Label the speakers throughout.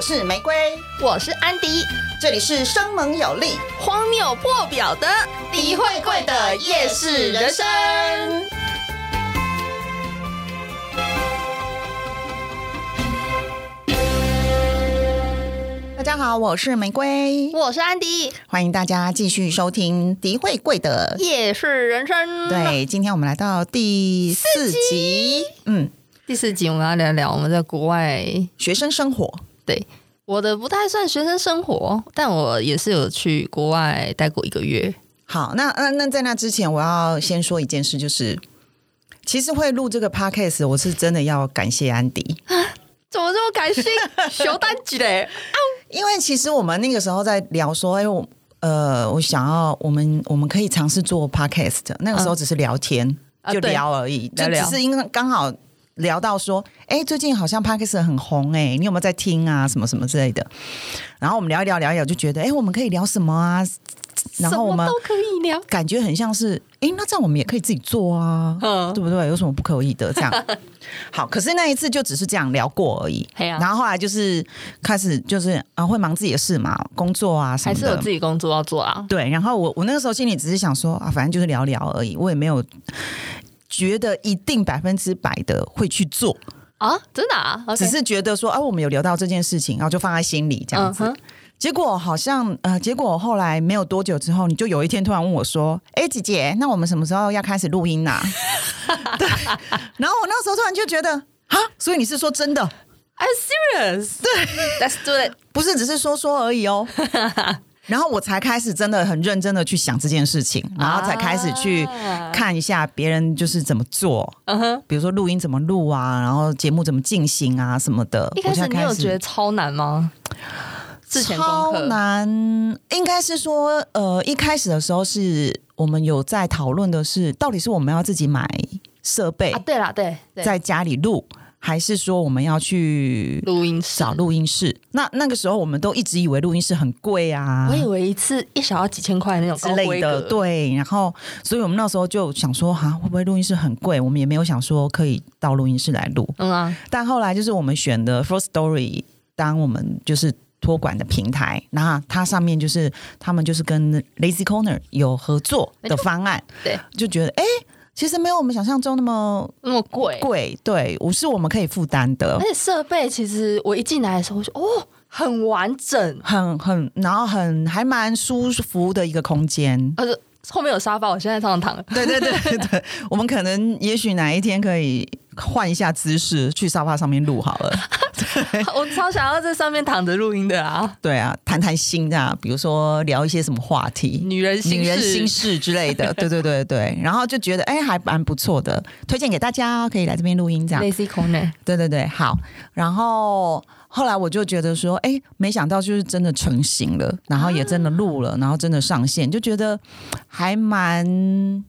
Speaker 1: 是玫瑰，
Speaker 2: 我是安迪，
Speaker 1: 这里是生猛有力、
Speaker 2: 荒谬破表的迪慧贵的夜市人生。
Speaker 1: 大家好，我是玫瑰，
Speaker 2: 我是安迪，
Speaker 1: 欢迎大家继续收听迪慧贵的。
Speaker 2: 夜市人生。，
Speaker 1: 对，今天我们来到第四集，嗯，
Speaker 2: 第四集我们要聊聊我们在国外。
Speaker 1: 学生生活，
Speaker 2: 对，我的不太算学生生活，但我也是有去国外待过一个月。
Speaker 1: 好，那呃那那在那之前，我要先说一件事，就是其实会录这个 podcast，我是真的要感谢安迪，
Speaker 2: 怎么这么感性？小单集 嘞！
Speaker 1: 因为其实我们那个时候在聊说，哎，我呃，我想要我们我们可以尝试做 podcast，那个时候只是聊天，
Speaker 2: 嗯啊
Speaker 1: 就
Speaker 2: 对
Speaker 1: 聊而已，
Speaker 2: 聊
Speaker 1: 就
Speaker 2: 聊
Speaker 1: 只是因为刚好。聊到说，哎、最近好像 podcast 很红、哎，你有没有在听啊？什么什么之类的。然后我们聊一聊，聊一聊，就觉得，哎、我们可以聊什么啊？然后我
Speaker 2: 什么
Speaker 1: 们
Speaker 2: 都可以聊。
Speaker 1: 感觉很像是，哎、那这样我们也可以自己做啊，
Speaker 2: 嗯
Speaker 1: 对不对？有什么不可以的？这样 好，可是那一次就只是这样聊过而已。
Speaker 2: 嘿啊
Speaker 1: 然后后来就是开始就是啊，会忙自己的事嘛，工作啊什
Speaker 2: 还
Speaker 1: 么
Speaker 2: 是有
Speaker 1: 的
Speaker 2: 自。己工作要做啊。
Speaker 1: 对，然后我我那个时候心里只是想说啊，反正就是聊聊而已，我也没有觉得一定百分之百的会去做
Speaker 2: 啊，真的啊，OK，
Speaker 1: 只是觉得说啊，我们有聊到这件事情，然后就放在心里这样子。
Speaker 2: 嗯哼
Speaker 1: 结果好像呃，结果后来没有多久之后，你就有一天突然问我说：“哎、姐姐，那我们什么时候要开始录音呐、啊 对，然后我那时候突然就觉得啊，所以你是说真的，
Speaker 2: I'm serious，对，Let's do it。
Speaker 1: 不是只是说说而已 哦。然后我才开始真的很认真的去想这件事情，然后才开始去
Speaker 2: 啊
Speaker 1: 看一下别人就是怎么做，
Speaker 2: 嗯哼，
Speaker 1: 比如说录音怎么录啊，然后节目怎么进行啊什么的。
Speaker 2: 一开
Speaker 1: 我
Speaker 2: 始
Speaker 1: 才
Speaker 2: 你有觉得超难吗？之前功
Speaker 1: 超
Speaker 2: 课
Speaker 1: 难，应该是说，呃，一开始的时候是我们有在讨论的是，到底是我们要自己买设备
Speaker 2: 啊，对啦，对，对
Speaker 1: 在家里录，还是说我们要去
Speaker 2: 录音室
Speaker 1: 找。录音室？那那个时候我们都一直以为录音室很贵啊
Speaker 2: 我。以为一次一小要几千块那种
Speaker 1: 之
Speaker 2: 高
Speaker 1: 类
Speaker 2: 规
Speaker 1: 的，
Speaker 2: 格，
Speaker 1: 对，然后，所以我们那时候就想说，哈，会不会录音室很贵？我们也没有想说可以到录音室来录，
Speaker 2: 嗯啊，
Speaker 1: 但后来就是我们选的 First Story 当我们就是托管的平台，那它上面就是他们就是跟 Lazy Corner 有合作的方案，
Speaker 2: 对，
Speaker 1: 就觉得哎、诶其实没有我们想象中那么
Speaker 2: 那么贵，
Speaker 1: 贵，对，我是我们可以负担的
Speaker 2: 而，且设备其实我一进来的时候我就哦，很完整，
Speaker 1: 很很，然后很还蛮舒服的一个空间。
Speaker 2: 而且后面有沙发，我现在常常躺 了。
Speaker 1: 对对对对对，我们可能也许哪一天可以换一下姿势，去沙发上面录好了。
Speaker 2: 我超想要在上面躺着录音的啊！
Speaker 1: 对啊，谈谈心啊，比如说聊一些什么话题，
Speaker 2: 女人心事，
Speaker 1: 女人心事之类的，对对对对，然后就觉得哎、还蛮不错的，推荐给大家，哦可以来这边录音这样。
Speaker 2: ，Lazy Corner，
Speaker 1: 对对对，好。然后后来我就觉得说，哎、没想到就是真的成型了，然后也真的录了，然后真的上线，就觉得还蛮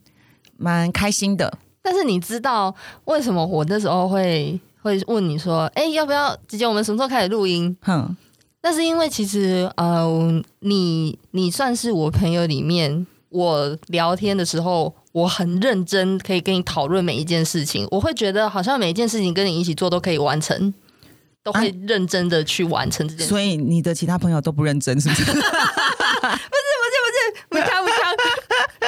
Speaker 1: 蛮开心的。
Speaker 2: 但是你知道为什么我那时候会会问你说，哎、要不要姐姐我们什么时候开始录音？
Speaker 1: 哼，
Speaker 2: 那是因为其实呃，你你算是我朋友里面，我聊天的时候，我很认真，可以跟你讨论每一件事情，我会觉得好像每一件事情跟你一起做都可以完成，都会认真的去完成这件事。
Speaker 1: 啊所以你的其他朋友都不认真，是不是？
Speaker 2: 不看不看，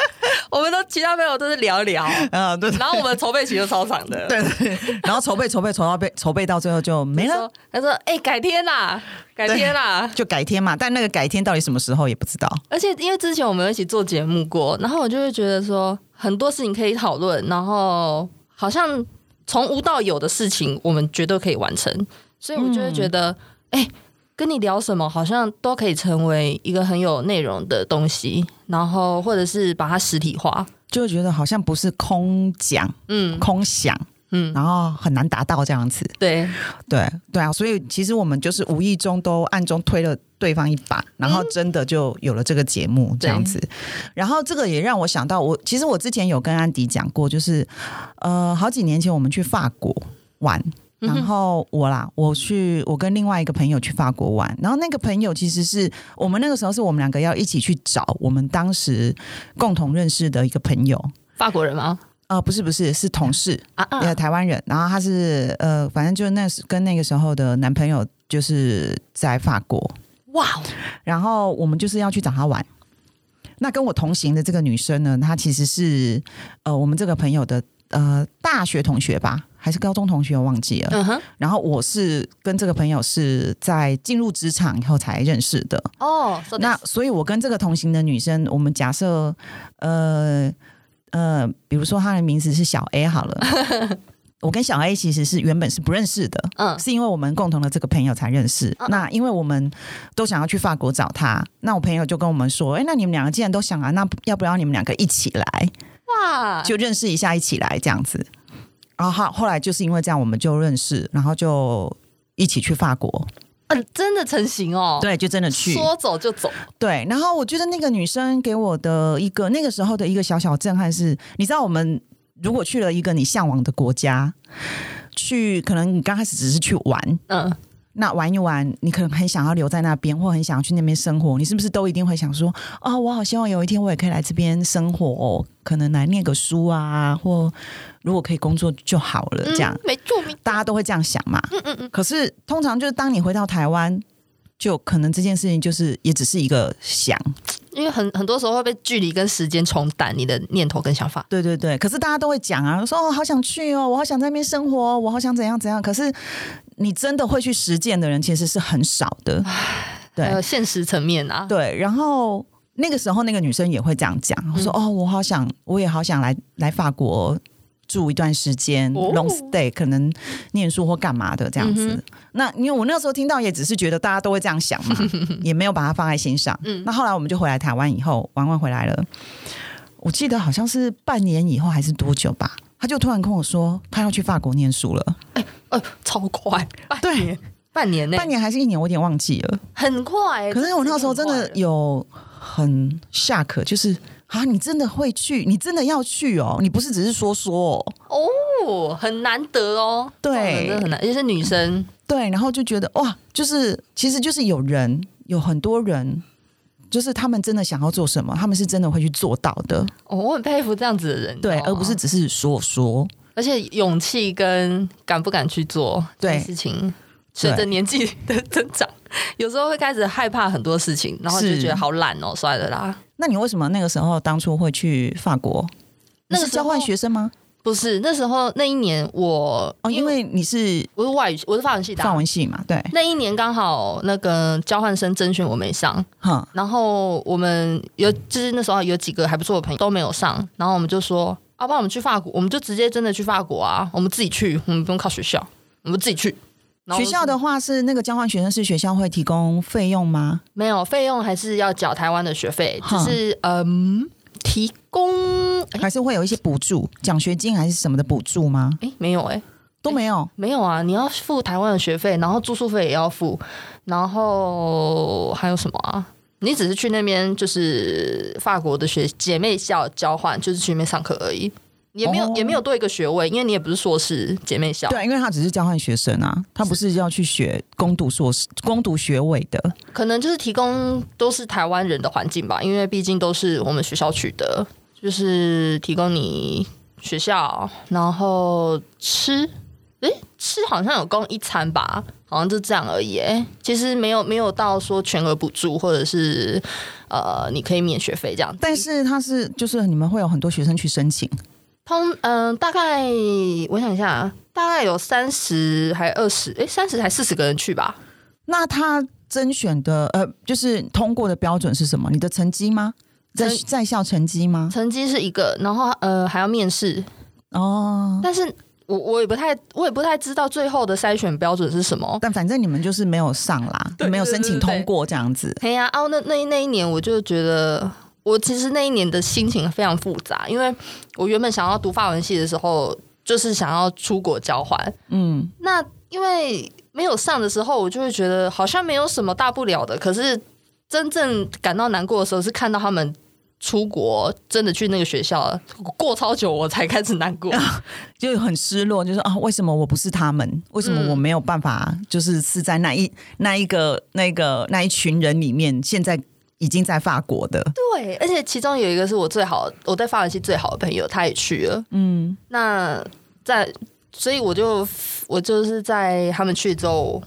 Speaker 2: 我们都其他朋友都是聊 聊，
Speaker 1: 啊，对。
Speaker 2: 然后我们筹备期就超长的。
Speaker 1: 对对，对然后筹备筹备筹到被筹备到最后就没
Speaker 2: 他
Speaker 1: 了，
Speaker 2: 说：“他说，哎、改天啦，改天啦。
Speaker 1: 就改天嘛。但那个改天到底什么时候也不知道。
Speaker 2: 而且因为之前我们有一起做节目过，然后我就会觉得说很多事情可以讨论，然后好像从无到有的事情，我们绝对可以完成，所以我就会觉得，
Speaker 1: 嗯
Speaker 2: 哎、跟你聊什么好像都可以成为一个很有内容的东西，然后或者是把它实体化。
Speaker 1: 就觉得好像不是空讲、
Speaker 2: 嗯
Speaker 1: 空想，
Speaker 2: 嗯，
Speaker 1: 然后很难达到这样子。
Speaker 2: 对，
Speaker 1: 对对啊，所以其实我们就是无意中都暗中推了对方一把，然后真的就有了这个节目这样子。然后这个也让我想到我，其实我之前有跟安迪讲过，就是呃，好几年前我们去法国玩。
Speaker 2: 嗯哼
Speaker 1: 然后我啦，我去，我跟另外一个朋友去法国玩，然后那个朋友其实是我们那个时候是我们两个要一起去找我们当时共同认识的一个朋友，
Speaker 2: 法国人吗？
Speaker 1: 呃，不是不是，是同事，
Speaker 2: 啊
Speaker 1: 呃，
Speaker 2: 啊，
Speaker 1: 台湾人，然后他是呃，反正就是那时跟那个时候的男朋友就是在法国，
Speaker 2: 哇哦，
Speaker 1: 然后我们就是要去找她玩。那跟我同行的这个女生呢，她其实是呃我们这个朋友的呃大学同学吧，还是高中同学，我忘记了。
Speaker 2: 嗯哼，
Speaker 1: 然后我是跟这个朋友是在进入职场以后才认识的。
Speaker 2: 哦，so that's-
Speaker 1: 那所以，我跟这个同行的女生，我们假设，呃呃，比如说她的名字是小 A 好 了，我跟小 A 其实是原本是不认识的，
Speaker 2: 嗯
Speaker 1: 是因为我们共同的这个朋友才认识。
Speaker 2: 嗯嗯
Speaker 1: 那因为我们都想要去法国找她，那我朋友就跟我们说，哎、那你们两个既然都想啊，那要不要你们两个一起来，
Speaker 2: 哇，
Speaker 1: 就认识一下，一起来这样子。然后后后来就是因为这样，我们就认识，然后就一起去法国，
Speaker 2: 嗯，真的成型哦，，
Speaker 1: 对，就真的去。
Speaker 2: 说走就走，
Speaker 1: 对，然后我觉得那个女生给我的一个那个时候的一个小小震撼是，你知道我们如果去了一个你向往的国家，去可能你刚开始只是去玩，
Speaker 2: 嗯，
Speaker 1: 那玩一玩，你可能很想要留在那边，或很想要去那边生活，你是不是都一定会想说，啊，我好希望有一天我也可以来这边生活、哦，可能来念个书啊，或如果可以工作就好了，这样、
Speaker 2: 嗯没错，没
Speaker 1: 大家都会这样想嘛。
Speaker 2: 嗯嗯嗯，
Speaker 1: 可是通常就是当你回到台湾，就可能这件事情就是也只是一个想。
Speaker 2: 因为很很多时候会被距离跟时间冲淡你的念头跟想法，
Speaker 1: 对对对，可是大家都会讲啊，说哦，好想去哦，我好想在那边生活哦，我好想怎样怎样。可是你真的会去实践的人，其实是很少的。对
Speaker 2: 还有现实层面啊，
Speaker 1: 对，然后那个时候那个女生也会这样讲，我说、
Speaker 2: 嗯
Speaker 1: 哦，我好想，我也好想来来法国住一段时间、
Speaker 2: 哦
Speaker 1: l o n g stay，可能念书或干嘛的这样子。
Speaker 2: 嗯哼
Speaker 1: 那因为我那时候听到，也只是觉得大家都会这样想 嘛，也没有把它放在心上。
Speaker 2: 嗯
Speaker 1: 那后来我们就回来台湾以后，玩完回来了，我记得好像是半年以后还是多久吧。他就突然跟我说，他要去法国念书了，
Speaker 2: 呃，超快，半
Speaker 1: 对，
Speaker 2: 半年内、
Speaker 1: 半年还是一年，我有点忘记了。
Speaker 2: 很快、
Speaker 1: 可是我那时候真的
Speaker 2: 很快
Speaker 1: 有很下课，就是啊，你真的会去，你真的要去哦，你不是只是说说、哦，
Speaker 2: 哦，很难得哦，
Speaker 1: 对
Speaker 2: 这种人真的很难，而且是女生，
Speaker 1: 对，然后就觉得哇，就是其实就是有人，有很多人，就是他们真的想要做什么，他们是真的会去做到的，
Speaker 2: 哦，我很佩服这样子的人，
Speaker 1: 对，
Speaker 2: 你知道
Speaker 1: 而
Speaker 2: 吗
Speaker 1: 不是只是说说。
Speaker 2: 而且勇气跟敢不敢去做这件
Speaker 1: 对
Speaker 2: 事情，随着年纪的增长， 有时候会开始害怕很多事情，然后就是觉得好懒哦，算了啦。
Speaker 1: 那你为什么那个时候当初会去法国？你
Speaker 2: 那个
Speaker 1: 是
Speaker 2: 时候
Speaker 1: 交换学生吗？
Speaker 2: 不是那时候那一年我
Speaker 1: 哦，因为你是
Speaker 2: 我是外语，我是法文系的啊、
Speaker 1: 法文系嘛， 对，
Speaker 2: 那一年刚好那个交换生甄选我没上，
Speaker 1: 哈，
Speaker 2: 然后我们有就是那时候有几个还不错的朋友都没有上，然后我们就说，要、不然我们去法国，我们就直接真的去法国啊，我们自己去，我们不用靠学校，我们自己去。然后
Speaker 1: 学
Speaker 2: 我就
Speaker 1: 校的话是那个交换学生是学校会提供费用吗？
Speaker 2: 没有费用还是要缴台湾的学费，就
Speaker 1: 哼
Speaker 2: 是嗯，提供哎
Speaker 1: 还是会有一些补助，奖学金还是什么的补助吗？
Speaker 2: 哎没有哎、
Speaker 1: 都没有。
Speaker 2: 没有啊，你要付台湾的学费，然后住宿费也要付，然后还有什么啊？你只是去那边就是法国的学姐妹校交换，就是去那边上课而已，也没有、
Speaker 1: 哦
Speaker 2: 也没有多一个学位，因为你也不是硕士姐妹校，
Speaker 1: 对，啊因为他只是交换学生啊，他不是要去学攻读硕士、 攻读学位的。
Speaker 2: 可能就是提供都是台湾人的环境吧，因为毕竟都是我们学校取得，就是提供你学校，然后吃，诶，吃好像有供一餐吧，好像就这样而已、诶，其实没有没有到说全额补助或者是呃你可以免学费这样，
Speaker 1: 但是他是就是你们会有很多学生去申请，
Speaker 2: 通嗯、大概我想一下啊，大概有三十还二十，诶，三十还四十个人去吧，
Speaker 1: 那他甄选的呃，就是通过的标准是什么？你的成绩吗？在
Speaker 2: 成
Speaker 1: 在校成绩吗？
Speaker 2: 成绩是一个，然后呃还要面试，
Speaker 1: 哦，
Speaker 2: 但是我我也不太我也不太知道最后的筛选标准是什么。
Speaker 1: 但反正你们就是没有上啦，
Speaker 2: 对
Speaker 1: 没有
Speaker 2: 对
Speaker 1: 申请
Speaker 2: 对对
Speaker 1: 通过这样子。
Speaker 2: 哎呀，哦，那那那一年我就觉得，我其实那一年的心情非常复杂，因为我原本想要读法文系的时候，就是想要出国交换。
Speaker 1: 嗯，
Speaker 2: 那因为没有上的时候，我就会觉得好像没有什么大不了的。可是真正感到难过的时候，是看到他们。出国真的去那个学校，过超久我才开始难过。
Speaker 1: 就很失落，就是啊，为什么我不是他们？为什么
Speaker 2: 嗯
Speaker 1: 我没有办法，就是是在那一那一个那个那一群人里面，现在已经在法国的，
Speaker 2: 对，而且其中有一个是我最好，我在法文系最好的朋友，他也去了。
Speaker 1: 嗯，
Speaker 2: 那在，所以我就我就是在他们去之后，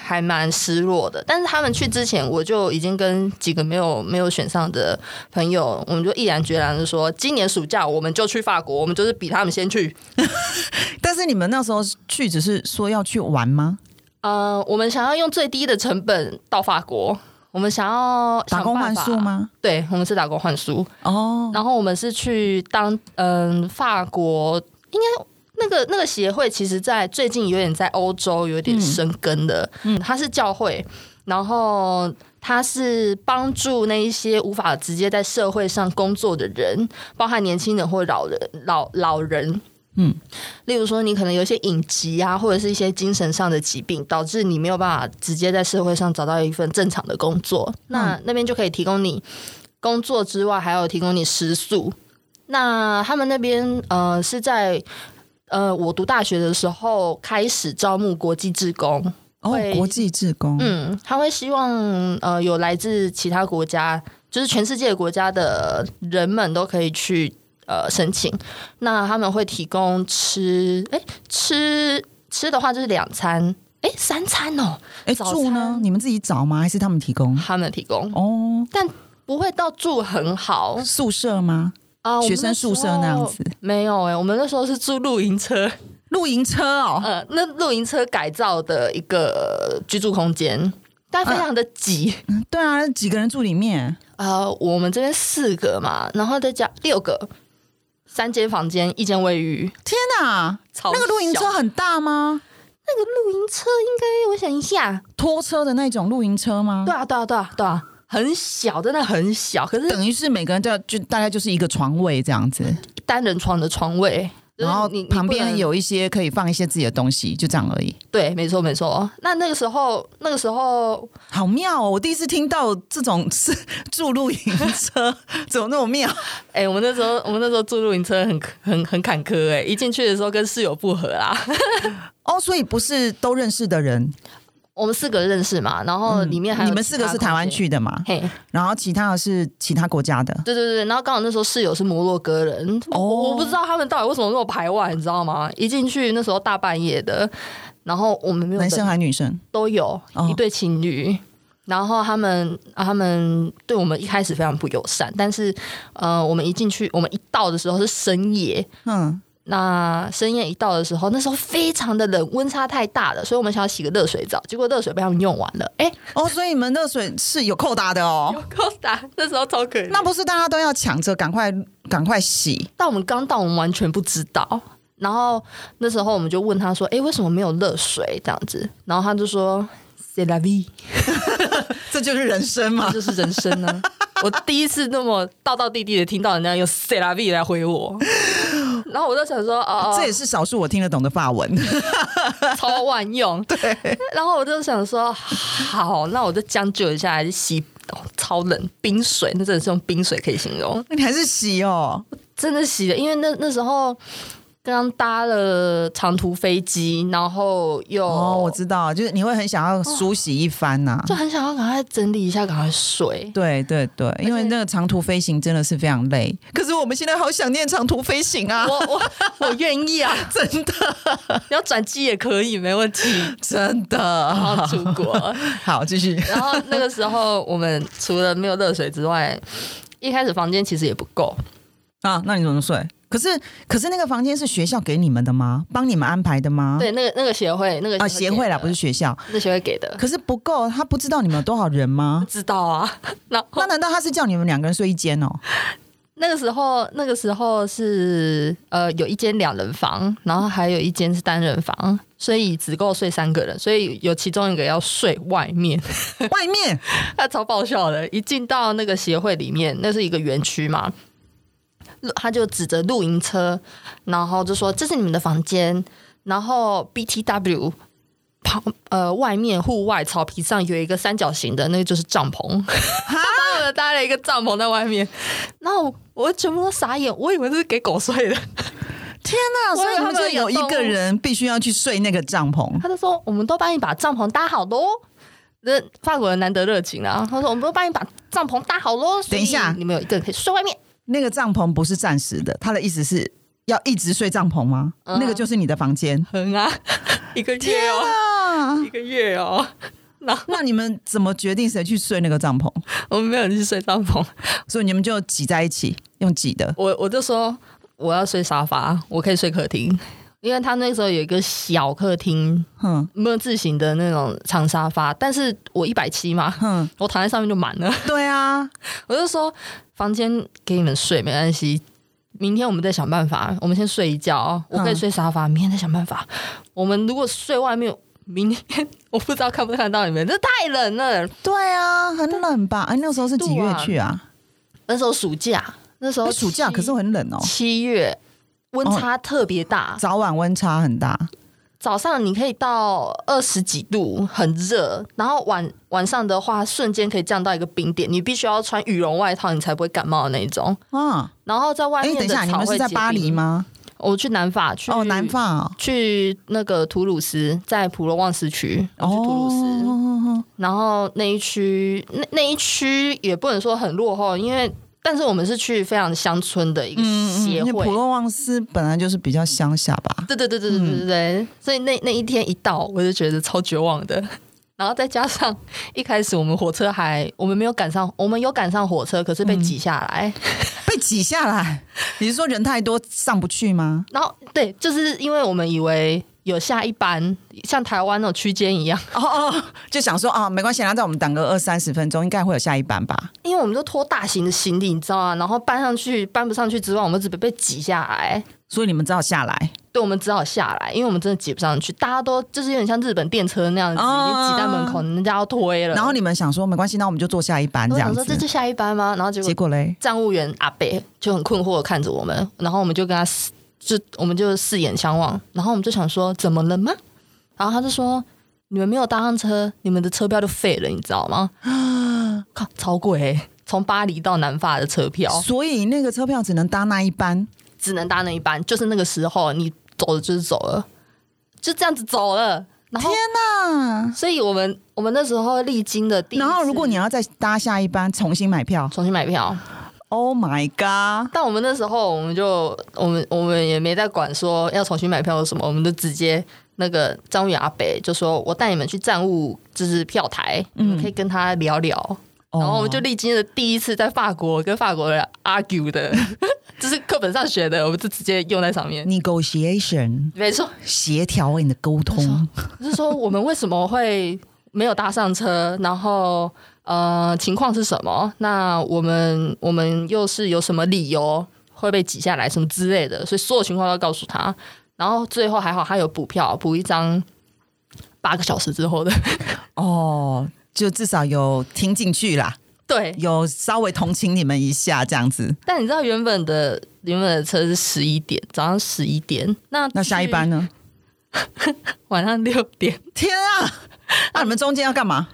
Speaker 2: 还蛮失落的。但是他们去之前，我就已经跟几个没有没有选上的朋友，我们就毅然决然的说，今年暑假我们就去法国，我们就是比他们先去。
Speaker 1: 但是你们那时候去只是说要去玩吗？
Speaker 2: 呃，我们想要用最低的成本到法国，我们想要
Speaker 1: 打工换
Speaker 2: 想
Speaker 1: 宿
Speaker 2: 办法？
Speaker 1: 吗？
Speaker 2: 对，我们是打工换宿。
Speaker 1: 哦，
Speaker 2: 然后我们是去当嗯、法国，应该那个那个协会，其实在最近有点在欧洲有点生根的，嗯，它是教会，然后它是帮助那一些无法直接在社会上工作的人，包含年轻人或老人老老人。
Speaker 1: 嗯，
Speaker 2: 例如说，你可能有一些隐疾啊，或者是一些精神上的疾病，导致你没有办法直接在社会上找到一份正常的工作。那那边就可以提供你工作之外，还有提供你食宿。那他们那边呃是在呃我读大学的时候开始招募国际志工，
Speaker 1: 哦
Speaker 2: 会，
Speaker 1: 国际志工，
Speaker 2: 嗯，他会希望呃有来自其他国家，就是全世界国家的人们都可以去呃申请。那他们会提供吃，哎、吃吃的话就是两餐，哎、三餐哦，
Speaker 1: 哎、
Speaker 2: 早
Speaker 1: 住呢
Speaker 2: 餐？
Speaker 1: 你们自己找吗？还是他们提供？
Speaker 2: 他们提供，
Speaker 1: 哦，
Speaker 2: 但不会到住很好
Speaker 1: 宿舍吗？
Speaker 2: 啊，我们
Speaker 1: 学生宿舍那样子
Speaker 2: 那时候没有哎、我们那时候是住露营车，
Speaker 1: 露营车哦，
Speaker 2: 呃，那露营车改造的一个居住空间，但
Speaker 1: 嗯
Speaker 2: 非常的挤。
Speaker 1: 对啊，几个人住里面，
Speaker 2: 呃，我们这边四个嘛，然后再加六个，三间房间，一间卫浴。
Speaker 1: 天哪，
Speaker 2: 超
Speaker 1: 那个露营
Speaker 2: 小
Speaker 1: 车很大吗？
Speaker 2: 那个露营车应该，我想一下，
Speaker 1: 拖车的那种露营车吗？
Speaker 2: 对啊，对啊，对啊，对啊，很小，真的很小，可是
Speaker 1: 等于是每个人就要就大概就是一个床位这样子，
Speaker 2: 单人床的床位，就是
Speaker 1: 然后
Speaker 2: 你你
Speaker 1: 旁
Speaker 2: 不能
Speaker 1: 边有一些可以放一些自己的东西，就这样而已。
Speaker 2: 对，没错，没错。那那个时候，那个时候
Speaker 1: 好妙哦！我第一次听到这种是住露营车，怎么那么妙？
Speaker 2: 哎、我们那时候，我们那时候住露营车很很很坎坷哎、一进去的时候跟室友不合啦。
Speaker 1: 哦，所以不是都认识的人，
Speaker 2: 我们四个认识嘛，然后里面还
Speaker 1: 嗯
Speaker 2: 有
Speaker 1: 你们四个是台湾
Speaker 2: 其
Speaker 1: 去的嘛？
Speaker 2: 他空间，嘿，
Speaker 1: 然后其他的是其他国家的。
Speaker 2: 对对对，然后刚好那时候室友是摩洛哥人，
Speaker 1: 哦
Speaker 2: 我我不知道他们到底为什么那么排外，你知道吗？一进去那时候大半夜的，然后我们没有
Speaker 1: 男
Speaker 2: 灯
Speaker 1: 生还女生
Speaker 2: 都有
Speaker 1: 哦
Speaker 2: 一对情侣。然后他们、啊他们对我们一开始非常不友善，但是呃，我们一进去，我们一到的时候是深夜，
Speaker 1: 嗯，
Speaker 2: 那深夜一到的时候，那时候非常的冷，温差太大了，所以我们想要洗个热水澡，结果热水被他们用完了。哎、
Speaker 1: 哦，所以你们热水是有扣打的哦，
Speaker 2: 我告诉他，那时候超可怜。
Speaker 1: 那不是大家都要抢着赶快赶快洗
Speaker 2: 但我们刚到，我们完全不知道。然后那时候我们就问他说：“哎、为什么没有热水？”这样子，然后他就说 c e la vie，
Speaker 1: 这就是人生
Speaker 2: 这
Speaker 1: 嘛？
Speaker 2: 就是人生啊呢、我第一次那么道道地地的听到人家用 c e la vie 来回我，然后我就想说：“哦，
Speaker 1: 这
Speaker 2: 哦
Speaker 1: 也是少数我听得懂的法文。
Speaker 2: 超万用。”对。然后我就想说：“好，那我就将就一下来洗。哦”超冷，冰水，那真的是用冰水可以形容。
Speaker 1: 你还是洗哦，
Speaker 2: 真的洗了，因为那那时候刚搭了长途飞机，然后又、
Speaker 1: 哦，我知道，就是你会很想要梳洗一番呐、
Speaker 2: 就很想要赶快整理一下，赶快睡。
Speaker 1: 对对对，因为那个长途飞行真的是非常累。可是我们现在好想念长途飞行啊！
Speaker 2: 我 我我愿意啊，真的，你要转机也可以，没问题。
Speaker 1: 真的，
Speaker 2: 然后出国，
Speaker 1: 好，继续。
Speaker 2: 然后那个时候我们除了没有热水之外，一开始房间其实也不够，
Speaker 1: 啊，那你怎么睡？可是可是那个房间是学校给你们的吗？帮你们安排的吗？
Speaker 2: 对，那个那个协会呃那个
Speaker 1: 啊，协会啦，不
Speaker 2: 是
Speaker 1: 是学校。
Speaker 2: 那协会给的，
Speaker 1: 可是不够，他不知道你们有多少人吗？
Speaker 2: 知道啊。 然后
Speaker 1: 那难道他是叫你们两个人睡一间 哦？
Speaker 2: 那个时候，那个时候是呃，有一间两人房，然后还有一间是单人房，所以只够睡三个人，所以有其中一个要睡外面，
Speaker 1: 外面
Speaker 2: 那超爆笑的。一进到那个协会里面，那是一个园区嘛，露他就指着露营车，然后就说这是你们的房间，然后 BTW。旁呃，外面户外草皮上有一个三角形的，那个就是帐篷。 他们搭了一个帐篷在外面，然后我我全部都傻眼，我以为是给狗睡的。
Speaker 1: 天哪！
Speaker 2: 我
Speaker 1: 所
Speaker 2: 以为
Speaker 1: 以你们
Speaker 2: 他
Speaker 1: 就
Speaker 2: 们有
Speaker 1: 有一个人必须要去睡那个帐篷。
Speaker 2: 他就说：“我们都帮你把帐篷搭好喽。”那法国人难得热情啊，他说：“我们都帮你把帐篷搭好喽。”所
Speaker 1: 等
Speaker 2: 以
Speaker 1: 一下
Speaker 2: 你们有一个人可以睡外面。
Speaker 1: 那个帐篷不是暂时的，他的意思是要一直睡帐篷吗？
Speaker 2: 嗯
Speaker 1: 那个就是你的房间。
Speaker 2: 很啊，一个月哦，
Speaker 1: 啊啊
Speaker 2: 一！个月哦。 然后
Speaker 1: 那你们怎么决定谁去睡那个帐篷？
Speaker 2: 我们没有人去睡帐篷，
Speaker 1: 所以你们就挤在一起，用挤的。
Speaker 2: 我我就说我要睡沙发，我可以睡客厅，因为他那时候有一个小客厅，
Speaker 1: 哼
Speaker 2: 没有字型的那种长沙发，但是我一百七嘛，
Speaker 1: 哼，
Speaker 2: 我躺在上面就满了。
Speaker 1: 对啊，
Speaker 2: 我就说房间给你们睡没关系，明天我们再想办法。我们先睡一觉哦，我可以
Speaker 1: 嗯
Speaker 2: 睡沙发，明天再想办法。我们如果睡外面，明天 我不知道看不看到你们，这太冷了。
Speaker 1: 对啊，很冷吧？哎，那时候是几月去啊？
Speaker 2: 那时候暑假，那时候
Speaker 1: 哎暑假
Speaker 2: 七
Speaker 1: 可是很冷哦，
Speaker 2: 七月。温差特别大，
Speaker 1: 早晚温差很大。
Speaker 2: 早上你可以到二十几度，很热，然后晚晚上的话，瞬间可以降到一个冰点，你必须要穿羽绒外套，你才不会感冒的那一种。
Speaker 1: 啊，
Speaker 2: 然后在外
Speaker 1: 哎、
Speaker 2: 面的
Speaker 1: 等一
Speaker 2: 草
Speaker 1: 下，
Speaker 2: 会
Speaker 1: 你们是在
Speaker 2: 结
Speaker 1: 巴
Speaker 2: 冰
Speaker 1: 黎？吗？
Speaker 2: 我去南法去
Speaker 1: 哦，南法哦，
Speaker 2: 去那个吐鲁斯，在普罗旺斯区，我去吐鲁斯，
Speaker 1: 哦，
Speaker 2: 然后那一区那那一区也不能说很落后，因为但是我们是去非常乡村的一
Speaker 1: 嗯
Speaker 2: 个协
Speaker 1: 因为
Speaker 2: 会。
Speaker 1: 普罗旺斯本来就是比较乡下吧。
Speaker 2: 对对对对对对对对，所以那那一天一到，我就觉得超绝望的。 然后再加上一开始我们火车还我们没有赶上，我们有赶上火车，可是被挤下来。
Speaker 1: 被挤下 来。你是说人太多上不去吗？
Speaker 2: 然后对，就是因为我们以为有下一班，像台湾那种区间一样，
Speaker 1: 哦哦，就想说啊，没关系，那在我们等个二三十分钟，应该会有下一班吧？
Speaker 2: 因为我们都拖大型的行李，你知道吗？然后搬上去搬不上去之外，我们只被挤下来。
Speaker 1: 所以你们只好下来。
Speaker 2: 对，我们只好下来，因为我们真的挤不上去，大家都就是有点像日本电车那样子，
Speaker 1: 哦
Speaker 2: 你挤在门口，人家要推了。
Speaker 1: 然后你们想说没关系，那我们就坐下一班
Speaker 2: 我
Speaker 1: 这
Speaker 2: 想
Speaker 1: 样
Speaker 2: 说这
Speaker 1: 子。
Speaker 2: 就下一班吗？然后结果
Speaker 1: 结果嘞，
Speaker 2: 站务员阿北就很困惑的看着我们，然后我们就跟他四就我们就四眼相望，然后我们就想说怎么了吗？然后他就说你们没有搭上车，你们的车票就废了，你知道吗？ 靠，超贵、欸，从巴黎到南法的车票
Speaker 1: 所以那个车票只能搭那一班。
Speaker 2: 只能搭那一班，就是那个时候你走了就是走了，就这样子走了。然后，
Speaker 1: 啊！
Speaker 2: 所以我们我们那时候历经的第一次，
Speaker 1: 然后如果你要再搭下一班，重新买票
Speaker 2: 重新买票，
Speaker 1: ，Oh my god！
Speaker 2: 但我们那时候，我们就我们我们也没在管说要重新买票或什么，我们就直接那个张宇阿北就说：“我带你们去站务，就是票台，你们可以跟他聊聊。然后我
Speaker 1: 哦
Speaker 2: 们就历经了第一次在法国跟法国人 argue 的， 就是课本上学的，我们就直接用在上面。
Speaker 1: negotiation
Speaker 2: 没错，
Speaker 1: 协调你的沟通，
Speaker 2: 就是说我们为什么会没有搭上车，然后呃情况是什么？那我们我们又是有什么理由会被挤下来什么之类的？所以所有情况都要告诉他。然后最后还好他有补票，补一张八个小时 之后的。
Speaker 1: 哦，就至少有听进去啦，
Speaker 2: 对，
Speaker 1: 有稍微同情你们一下这样子。
Speaker 2: 但你知道原本的原本的车是十一点，早上十一点，那
Speaker 1: 那下一班
Speaker 2: 去
Speaker 1: 呢？
Speaker 2: 晚上六点，
Speaker 1: 天啊！那你们中间要干嘛？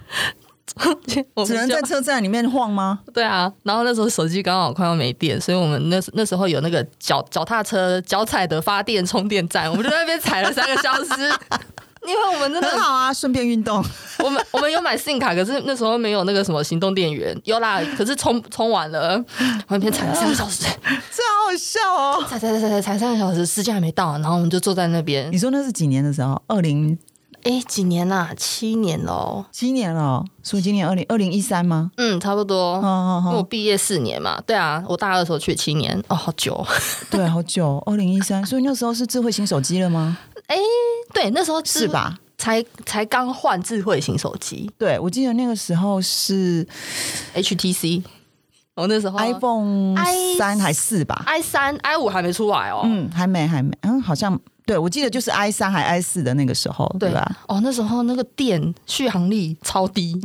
Speaker 2: 我们
Speaker 1: 只能
Speaker 2: 就
Speaker 1: 在车站里面晃吗？
Speaker 2: 对啊，然后那时候手机刚好快要没电，所以我们那那时候有那个脚脚踏车脚踩的发电充电站，我们就在那边踩了三个小时， 因为我们真
Speaker 1: 很
Speaker 2: 的
Speaker 1: 好啊，顺便运 动。
Speaker 2: 我们我们有买 SIM 卡，可是那时候没有那个什么行动电源，有啦，可是充充完了，我们边踩了三个小时，
Speaker 1: 这好好笑哦！
Speaker 2: 踩踩踩踩踩踩三个小时，时间还没到，啊然后我们就坐在那边
Speaker 1: 你，说那是几年的时候？二零
Speaker 2: 哎，几年啦、七年喽，
Speaker 1: 七年了哦，所以今年二零二零一三吗？
Speaker 2: 嗯，差不多。
Speaker 1: 哦哦
Speaker 2: 因为我
Speaker 1: 哦，
Speaker 2: 毕业四年嘛，对啊，我大二的时候去七年，哦，好久哦、
Speaker 1: 对，好久，哦二零一三。所以那时候是智慧型手机了吗？
Speaker 2: 对，那时候
Speaker 1: 是？吧？
Speaker 2: 才才刚换智慧型手机
Speaker 1: 对，我记得那个时候是
Speaker 2: HTC，我哦那时候
Speaker 1: 哦 iPhone 三还四吧？
Speaker 2: i 三 i 五还没出来哦。
Speaker 1: 嗯，还没，还没，嗯，好像对，我记得就是 i 三还 i 四的那个时候，对
Speaker 2: 对
Speaker 1: 吧？
Speaker 2: 哦，那时候那个电续航力 超低，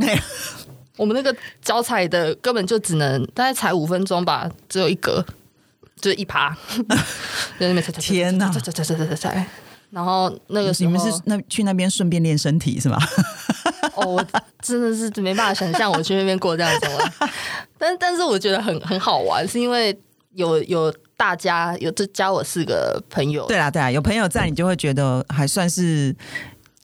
Speaker 2: 我们那个脚踩的根本就只能大概踩五分钟吧，只有一格，就是一 趴，在那边踩踩踩
Speaker 1: 天哪
Speaker 2: 踩踩踩踩踩踩踩，然后那个时
Speaker 1: 你
Speaker 2: 候
Speaker 1: 们是那去那边顺便练身体是吗？
Speaker 2: 哦，我真的是没办法想象我去那边过这样的生活， 但但是我觉得很很好玩，是因为有有大家有这加我四个朋友，
Speaker 1: 对啦，对啦，有朋友在，你就会觉得还算是，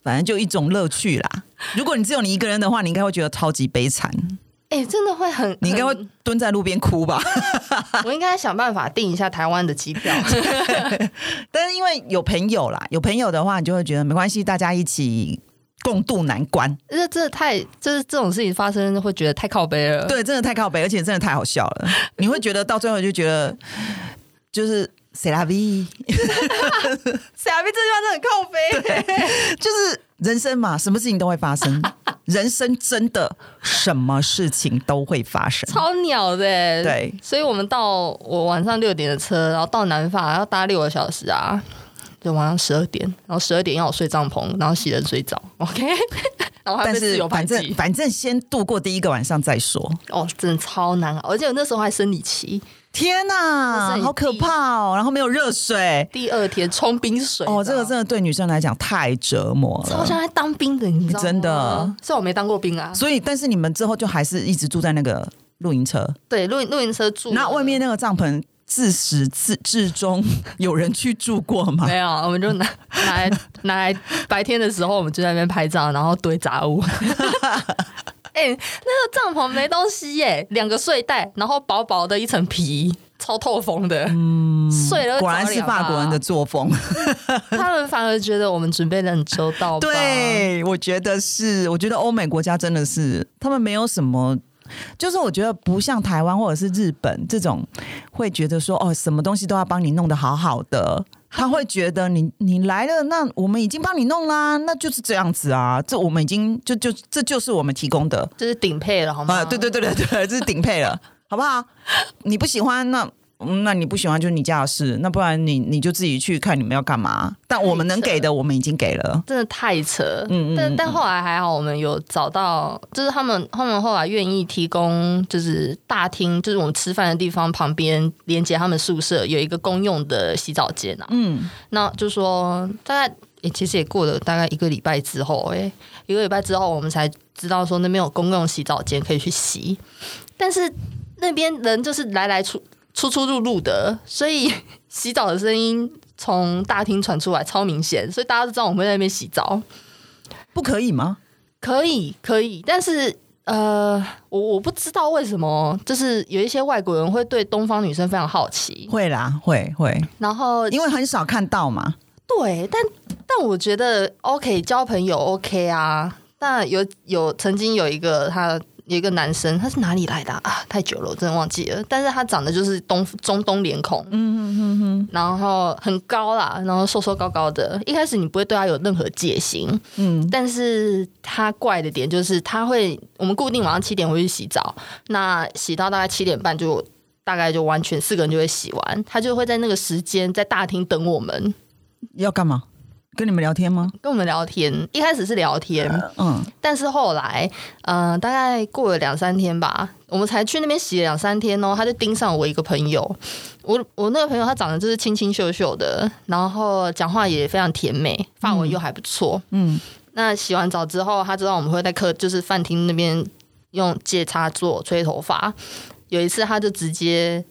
Speaker 1: 反正就一种乐趣啦。如果你只有你一个人的话，你应该会觉得超级悲惨，
Speaker 2: 哎、真的会很，
Speaker 1: 你应该会
Speaker 2: 很
Speaker 1: 蹲在路边哭吧。
Speaker 2: 我应该想办法订一下台湾的机票，
Speaker 1: 但是因为有朋友啦，有朋友的话，你就会觉得没关系，大家一起共度难关。
Speaker 2: 这这太就是这种事情发生会觉得太靠背了。
Speaker 1: 对，真的太靠北，而且真的太好笑了。你会觉得到最后就觉得就是。谁拉比？
Speaker 2: 傻逼，这句话真的很靠背。
Speaker 1: 就是人生嘛，什么事情都会发 生。人生真的什么事情都会发生。
Speaker 2: 超鸟的、欸，
Speaker 1: 对
Speaker 2: 所以我们到我晚上六点的车，然后到南法要搭六个小时啊，就晚上十二点，然后十二点要我睡帐篷，然后洗人睡澡，OK，然 后还
Speaker 1: 但
Speaker 2: 被室
Speaker 1: 是
Speaker 2: 友排
Speaker 1: 反正
Speaker 2: 挤，
Speaker 1: 反正先度过第一个晚上再说。
Speaker 2: 哦，真的超难熬，而且我那时候还生理期，
Speaker 1: 天
Speaker 2: 那
Speaker 1: 呐，
Speaker 2: 是你
Speaker 1: 好可
Speaker 2: 第一
Speaker 1: 怕哦！然后没有热水，
Speaker 2: 第二天冲冰水，
Speaker 1: 哦，
Speaker 2: 你知
Speaker 1: 这
Speaker 2: 道
Speaker 1: 个
Speaker 2: 吗
Speaker 1: 真的对女生来讲太折磨
Speaker 2: 超
Speaker 1: 了。
Speaker 2: 像在当兵的，你知道吗
Speaker 1: 真的，
Speaker 2: 虽然我没当过兵啊，
Speaker 1: 所以，但是你们之后就还是一直住在那个露营车，
Speaker 2: 对，露营露营车住，
Speaker 1: 那外面那个帐篷，自始至至终有人去住过吗？
Speaker 2: 没有，我们就 拿拿来拿来白天的时候，我们就在那边拍照，然后堆杂 物。哎、那个帐篷没东西耶、两个睡袋，然后薄薄的一层皮，超透风的，睡了
Speaker 1: 嗯
Speaker 2: 会着凉吧
Speaker 1: 果然是法国人的，作风，
Speaker 2: 他们反而觉得我们准备的很周到 吧。
Speaker 1: 对，我觉得是，我觉得欧美国家真的是，他们没有什么，就是我觉得不像台湾或者是日本这种，会觉得说哦，什么东西都要帮你弄得好好的， 他会觉得你你来了，那我们已经帮你弄啦，那就是这样子啊，这我们已经就就这就是我们提供的
Speaker 2: 就是顶配了，好吗？
Speaker 1: 啊，对对对对对，这是顶配了，好不好？你不喜欢那。嗯那你不喜欢就是你家的事，那不然你你就自己去看你们要干嘛。但我们能给的我们已经给了，
Speaker 2: 真的太扯，
Speaker 1: 嗯嗯
Speaker 2: 但但后来还好，我们有找到，就是他们他们后来愿意提供，就是大厅，就是我们吃饭的地方旁边连接他们宿舍有一个公用的洗澡间啊，
Speaker 1: 嗯，
Speaker 2: 那就说大概、诶其实也过了大概一个礼拜之后、诶一个礼拜之后我们才知道说那边有公用洗澡间可以去洗，但是那边人就是来来出出出入入的，所以 洗澡的声音从大厅传出来超明显，所以大家都知道我们在那边洗澡。
Speaker 1: 不可以吗？
Speaker 2: 可以，可以，但是呃，我我不知道为什么，就是有一些外国人会对东方女生非常好奇，
Speaker 1: 会啦，会会，
Speaker 2: 然后
Speaker 1: 因为很少看到嘛。
Speaker 2: 对，但但我觉得 OK 交朋友 OK 啊，但有有曾经有一个他。有一个男生，他是哪里来的啊？啊太久了，我真的忘记了。但是他长得就是东中东脸孔，嗯嗯嗯然后很高啦，然后瘦瘦高高的。一开始你不会对他有任何戒心，
Speaker 1: 嗯，
Speaker 2: 但是他怪的点就是他会，我们固定晚上七点会去洗澡，那洗到大概七点半就大概就完全四个人就会洗完，他就会在那个时间在大厅等我们，
Speaker 1: 要干嘛？跟你们聊天吗？
Speaker 2: 跟我们聊天。一开始是聊天，
Speaker 1: 嗯，
Speaker 2: 但是后来，呃，大概过了两三天吧，我们才去那边洗了两三天哦，他就盯上我一个朋友。我我那个朋友他长得就是清清秀秀的，然后讲话也非常甜美，发文又还不错。
Speaker 1: 嗯
Speaker 2: 嗯，那洗完澡之后，他知道我们会在客就是饭厅那边用借插座吹头发。有一次，他就直接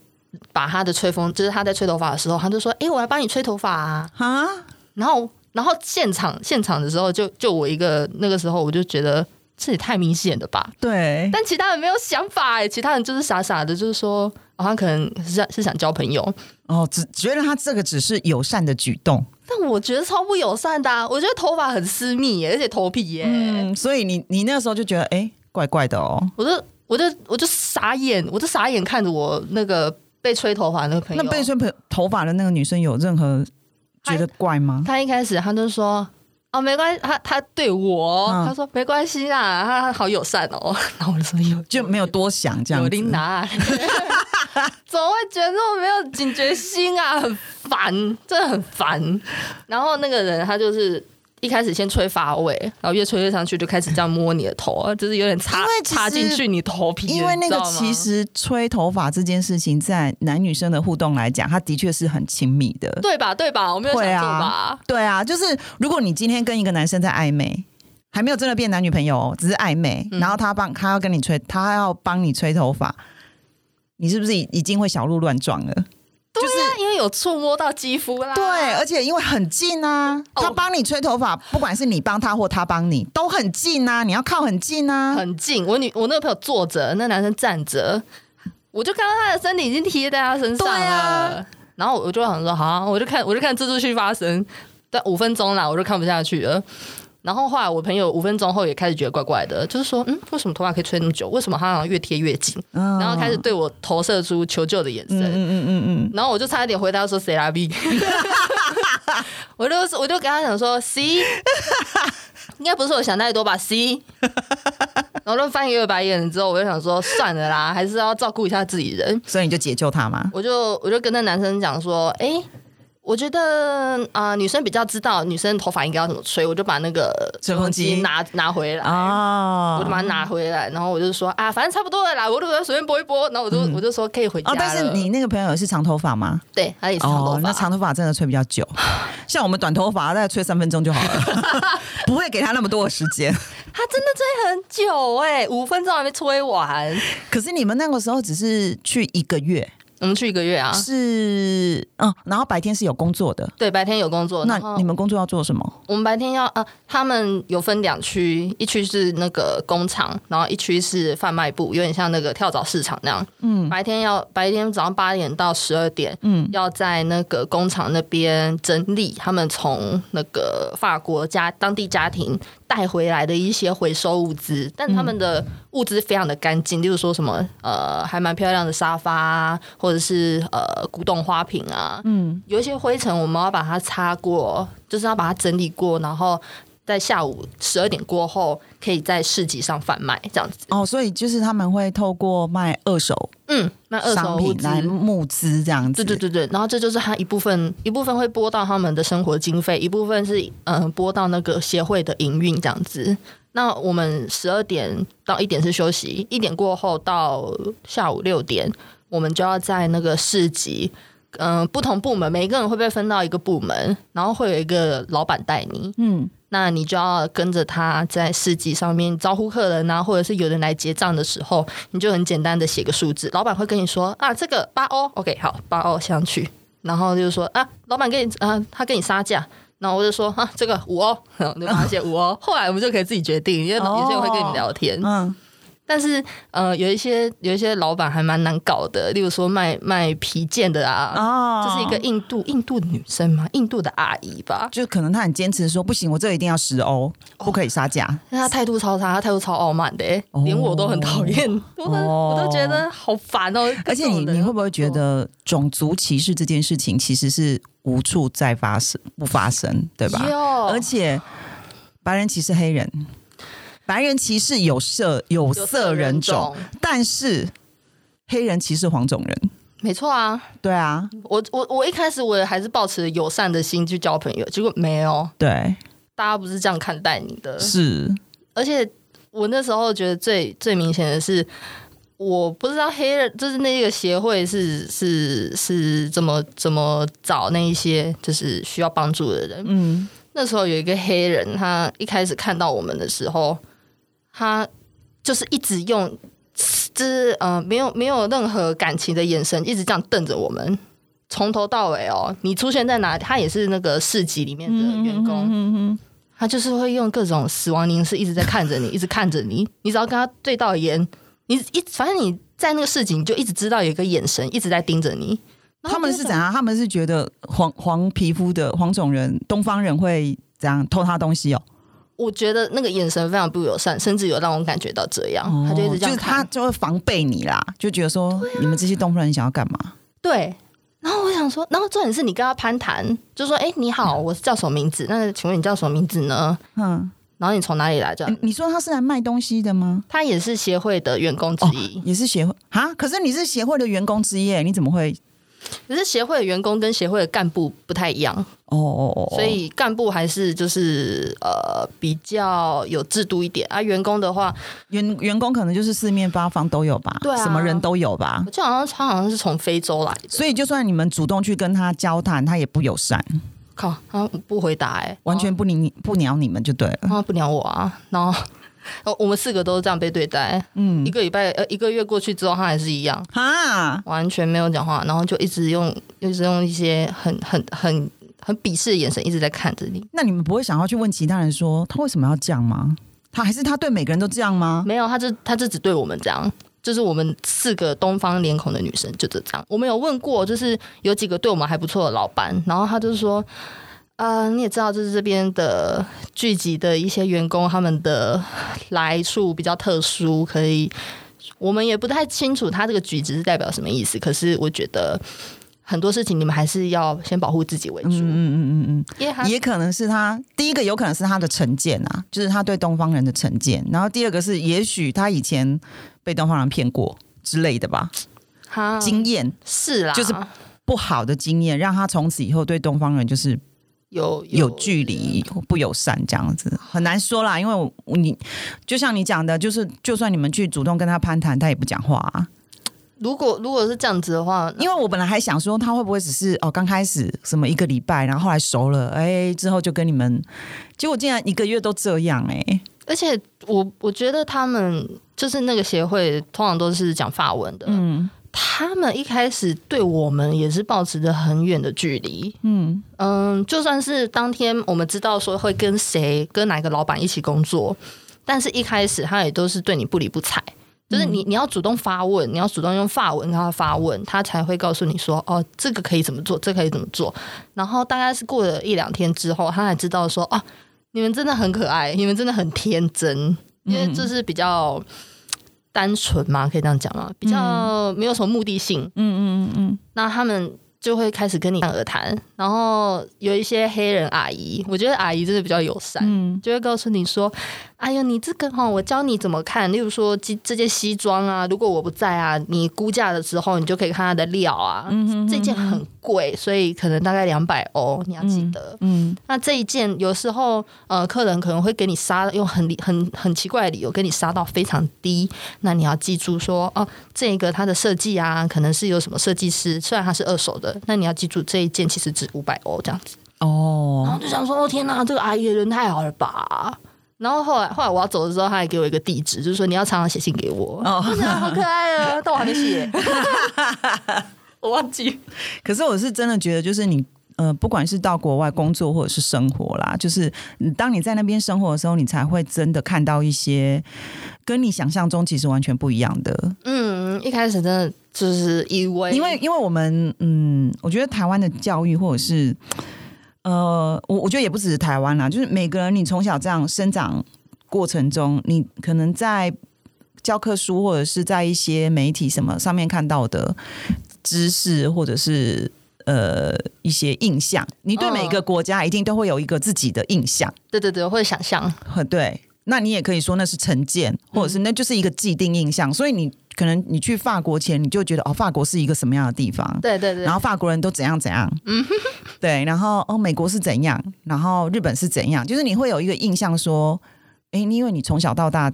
Speaker 2: 把他的吹风，就是他在吹头发的时候，他就说：“诶，我来帮你吹头发啊。”
Speaker 1: 哈，
Speaker 2: 然后然后现场现场的时候就，就我一个那个时候我就觉得这也太明显了
Speaker 1: 嗯
Speaker 2: 吧。
Speaker 1: 对，
Speaker 2: 但其他人没有想法哎、其他人就是傻傻的，就是说好像可能是想是想交朋友，
Speaker 1: 哦，只觉得他这个只是友善的举动，
Speaker 2: 但我觉得超不友善的、啊。我觉得头发很私密欸耶、而且头皮耶、
Speaker 1: 嗯，所以你你那时候就觉得，哎、怪怪的哦。
Speaker 2: 我就我就我就傻眼，我就傻眼看着我那个被吹头发的那个朋友。
Speaker 1: 那被吹头发的那个女生有任何觉得怪吗？
Speaker 2: 他一开始他就说。哦，没关系，他他对我，
Speaker 1: 嗯
Speaker 2: 他说没关系啦，他他好友善哦。然后我就说有
Speaker 1: 就没有多想这样
Speaker 2: 有
Speaker 1: 子。
Speaker 2: 琳达，啊怎么会觉得我没有警觉心啊？很烦，真的很烦。然后那个人他就是一开始先吹发尾，然后越吹越上去，就开始这样摸你的头，就是有点
Speaker 1: 因
Speaker 2: 插
Speaker 1: 为其实
Speaker 2: 插进去你头皮，
Speaker 1: 因为那个
Speaker 2: 你知道吗
Speaker 1: 其实吹头发这件事情，在男女生的互动来讲，它的确是很亲密的。
Speaker 2: 对吧？对吧？我没有想
Speaker 1: 会
Speaker 2: 错
Speaker 1: 啊
Speaker 2: 吧？
Speaker 1: 对啊，就是如果你今天跟一个男生在暧昧，还没有真的变男女朋友哦，只是暧昧，
Speaker 2: 嗯
Speaker 1: 然后他帮他要跟你吹，他要帮你吹头发，你是不是已已经会小鹿乱撞了？
Speaker 2: 对
Speaker 1: 就是
Speaker 2: 啊，因为有触摸到肌肤啦。
Speaker 1: 对，啊而且因为很近啊，
Speaker 2: 啊哦
Speaker 1: 他帮你吹头发，不管是你帮他或他帮你，都很近啊，你要靠很近啊。
Speaker 2: 很近。我女我那个朋友坐着，那男生站着，我就看到他的身体已经贴在他身上了。
Speaker 1: 对啊
Speaker 2: 然后我就想说，好啊、我就看我就看自助去发生，但五分钟啦，我就看不下去了。然后后来我朋友五分钟后也开始觉得怪怪的，就是说，嗯，为什么头发可以吹那么久？为什么它好像越贴越紧？
Speaker 1: 嗯
Speaker 2: 然后开始对我投射出求救的眼神，
Speaker 1: 嗯嗯嗯嗯
Speaker 2: 然后我就差一点回答说谁拉逼， 我就我就跟他讲说 C，应该不是我想太多吧 C，然后就翻一个白眼之后，我就想说算了啦，还是要照顾一下自己人，
Speaker 1: 所以你就解救他嘛？
Speaker 2: 我就我就跟那男生讲说，哎、我觉得啊、呃女生比较知道女生头发应该要怎么吹，我就把那个
Speaker 1: 吹风机
Speaker 2: 拿拿回来，
Speaker 1: 哦，
Speaker 2: 我就把它拿回来，然后我就说啊，反正差不多了啦，我就随便拨一拨，然后我就、我就说可以回家
Speaker 1: 哦
Speaker 2: 了。，
Speaker 1: 但是你那个朋友是长头发吗？
Speaker 2: 对，他也是长头
Speaker 1: 哦，
Speaker 2: 发，
Speaker 1: 那长头发真的吹比较 久，像我们短头发大概吹三分钟就好 了，不会给他那么多的时间。
Speaker 2: 他真的吹很久哎、五分钟还没吹完。
Speaker 1: 可是你们那个时候只是去一个月，
Speaker 2: 我们去一个月啊，
Speaker 1: 是嗯，然后白天是有工作的。
Speaker 2: 对，白天有工作，然
Speaker 1: 那
Speaker 2: 后
Speaker 1: 你们工作要做什么？
Speaker 2: 我们白天要啊，他们有分两区，一区是那个工厂，然后一区是贩卖部，有点像那个跳蚤市场那样。嗯，白天要白天早上八点到十二点，嗯，要在那个工厂那边整理他们从那个法国家当地家庭带回来的一些回收物资，但他们的物资非常的干净，例如说什么呃还蛮漂亮的沙发啊，或者是呃古董花瓶啊，嗯，有一些灰尘我们要把它擦过，就是要把它整理过，然后在下午十二点过后可以在市集上贩卖这样子。
Speaker 1: 哦，所以就是他们会透过卖二手
Speaker 2: 嗯，那二手
Speaker 1: 商
Speaker 2: 物
Speaker 1: 品
Speaker 2: 资。
Speaker 1: 来募资这样子。
Speaker 2: 对对对对，然后这就是他一部分一部分会拨到他们的生活经费，一部分是嗯、呃拨到那个协会的营运这样子。那我们十二点到一点是休息，一点过后到下午六点，我们就要在那个市集，嗯、不同部门每一个人会被分到一个部门，然后会有一个老板带你，
Speaker 1: 嗯，
Speaker 2: 那你就要跟着他在市集上面招呼客人啊，或者是有人来结账的时候，你就很简单的写个数字，老板会跟你说啊，这个八欧，OK，好，八欧上去，然后就说啊，老板给你啊，他跟你杀价。然后我就说啊，这个五欧，然 后我就把它写五欧。后来我们就可以自己决定，因为有些人会跟你聊天。
Speaker 1: 嗯，
Speaker 2: 但是呃，有一些有一些老板还蛮难搞的，例如说卖卖皮件的啊，
Speaker 1: 哦，
Speaker 2: 这是一个印度印度女生嘛，印度的阿姨吧，
Speaker 1: 就可能他很坚持说不行，我这一定要十欧，不可以杀价。
Speaker 2: 但他态度超差，他态度超傲慢的、欸
Speaker 1: 哦
Speaker 2: 连我都很讨厌，我都、我都觉得好烦哦、
Speaker 1: 而且你
Speaker 2: 各种人
Speaker 1: 你会不会觉得种族歧视这件事情其实是无处再发生不发生，对吧？
Speaker 2: 有
Speaker 1: 而且白人歧视黑人，白人歧视有色有
Speaker 2: 有
Speaker 1: 色人种，
Speaker 2: 种
Speaker 1: 但是黑人歧视黄种人，
Speaker 2: 没错啊，
Speaker 1: 对啊，
Speaker 2: 我我我一开始我也还是抱持友善的心去交朋友，结果没有，
Speaker 1: 对，
Speaker 2: 大家不是这样看待你
Speaker 1: 呃
Speaker 2: 的，
Speaker 1: 是，
Speaker 2: 而且我那时候觉得最最明显的是。我不知道黑人就是那个协会是是是怎么怎么找那一些就是需要帮助的人，
Speaker 1: 嗯，
Speaker 2: 那时候有一个黑人，他一开始看到我们的时候，他就是一直用，就是呃，没有没有任何感情的眼神，一直这样瞪着我们，从头到尾哦。你出现在哪里？他也是那个市集里面的员
Speaker 1: 嗯
Speaker 2: 工，他就是会用各种死亡凝视，一直在看着你，一直看着你。你只要跟他对到眼，你一反正你在那个市集，你就一直知道有一个眼神一直在盯着你。然后
Speaker 1: 他们
Speaker 2: 就是
Speaker 1: 怎样？他们是觉得黄黄皮肤的黄种人、东方人会怎样偷他东西哦？
Speaker 2: 我觉得那个眼神非常不友善，甚至有让我感觉到这样，他就一直这
Speaker 1: 哦就
Speaker 2: 样
Speaker 1: 是他
Speaker 2: 看。
Speaker 1: 就会防备你啦，就觉得说、你们这些东方人想要干嘛？
Speaker 2: 对，然后我想说，然后重点是你跟他攀谈，就说：“哎、你好，我是叫什么名字？那请问你叫什么名字呢？
Speaker 1: 嗯，
Speaker 2: 然后你从哪里来？”这样
Speaker 1: 诶，你说他是来卖东西的吗？
Speaker 2: 他也是协会的员工之一，
Speaker 1: 也是协会啊？可是你是协会的员工之一耶，你怎么会？
Speaker 2: 可是协会的员工跟协会的干部不太一样，
Speaker 1: 哦哦哦，
Speaker 2: 所以干部还是就是呃比较有制度一点啊。员工的话，
Speaker 1: 员员工可能就是四面八方都有吧，
Speaker 2: 对啊
Speaker 1: 什么人都有吧
Speaker 2: 我。记得好像他好像是从非洲来的，
Speaker 1: 所以就算你们主动去跟他交谈，他也不友善，
Speaker 2: 靠，他不回答、哎，
Speaker 1: 完全不理、不鸟你们就对了。
Speaker 2: 他不鸟我啊，然后。哦，我们四个都是这样被对待。嗯，一个礼拜呃，一个月过去之后，他还是一样，
Speaker 1: 哈，
Speaker 2: 完全没有讲话，然后就一直用，一直用一些很很很很鄙视的眼神一直在看着你。
Speaker 1: 那你们不会想要去问其他人说他为什么要这样吗？他还是他对每个人都这样吗？
Speaker 2: 没有，他就他就只对我们这样，就是我们四个东方脸孔的女生就这样。我们有问过，就是有几个对我们还不错的老板，然后他就说。呃，你也知道，就是这边的聚集的一些员工，他们的来处比较特殊，可以，我们也不太清楚他这个举止是代表什么意思。可是我觉得很多事情你们还是要先保护自己为主，
Speaker 1: 嗯嗯嗯嗯
Speaker 2: 因为他
Speaker 1: 嗯，也可能是他第一个，有可能是他的成见啊，就是他对东方人的成见。然后第二个是，也许他以前被东方人骗过之类的吧，
Speaker 2: 他
Speaker 1: 经验
Speaker 2: 是啦，
Speaker 1: 就是不好的经验，让他从此以后对东方人就是
Speaker 2: 有
Speaker 1: 有距离、不友善这样子，很难说啦。因为我你就像你讲的，就是就算你们去主动跟他攀谈，他也不讲话、啊。
Speaker 2: 如果如果是这样子的话，
Speaker 1: 因为我本来还想说，他会不会只是哦刚开始什么一个礼拜，然后后来熟了，哎，之后就跟你们，结果竟然一个月都这样哎、
Speaker 2: 而且我我觉得他们就是那个协会，通常都是讲法文的。
Speaker 1: 嗯
Speaker 2: 他们一开始对我们也是保持着很远的距离。嗯嗯，就算是当天我们知道说会跟谁、跟哪个老板一起工作，但是一开始他也都是对你不理不睬。就是你，你要主动发问，你要主动用法文跟他发问，他才会告诉你说，哦，这个可以怎么做，这个可以怎么做。然后大概是过了一两天之后，他才知道说，哦，你们真的很可爱，你们真的很天真，因为这是比较单纯嘛，可以这样讲嘛，比较没有什么目的性。嗯嗯嗯嗯嗯。那他们就会开始跟你侃而谈，然后有一些黑人阿姨，我觉得阿姨真的比较友善，
Speaker 1: 嗯
Speaker 2: 就会告诉你说：“哎呦，你这个哈，我教你怎么看。例如说这这件西装啊，如果我不在啊，你估价的时候，你就可以看它的料啊。这件很贵，所以可能大概两百欧，你要记得。
Speaker 1: 嗯，
Speaker 2: 那这一件有时候呃，客人可能会给你杀，用很理很很奇怪的理由给你杀到非常低。那你要记住说哦，这个它的设计啊，可能是有什么设计师，虽然它是二手的，那你要记住这一件其实值五百欧这样子。然
Speaker 1: 哦，
Speaker 2: 后就想说，哦天哪，这个阿姨人太好了吧。然后后来后来我要走的时候，她还给我一个地址，就是说你要常常写信给我。
Speaker 1: 哦
Speaker 2: 哦，好可爱啊！但我还没写，我忘记。
Speaker 1: 可是我是真的觉得，就是你。呃，不管是到国外工作或者是生活啦，就是你当你在那边生活的时候，你才会真的看到一些跟你想象中其实完全不一样的
Speaker 2: 嗯，一开始真的就是以为
Speaker 1: 因为因为我们嗯，我觉得台湾的教育或者是呃，我我觉得也不只是台湾啦，就是每个人你从小这样生长过程中，你可能在教科书或者是在一些媒体什么上面看到的知识或者是。呃，一些印象，你对
Speaker 2: 嗯
Speaker 1: 每个国家一定都会有一个自己的印象，
Speaker 2: 对对对，会想象。
Speaker 1: 很对。那你也可以说那是成见，或者是那就是一个既定印象，所以你可能你去法国前，你就觉得哦，法国是一个什么样的地方，
Speaker 2: 对对对
Speaker 1: 然，后法国人都怎样怎样，嗯，对，然后哦，美国是怎样，然后日本是怎样，就是你会有一个印象说，诶，你因为你从小到大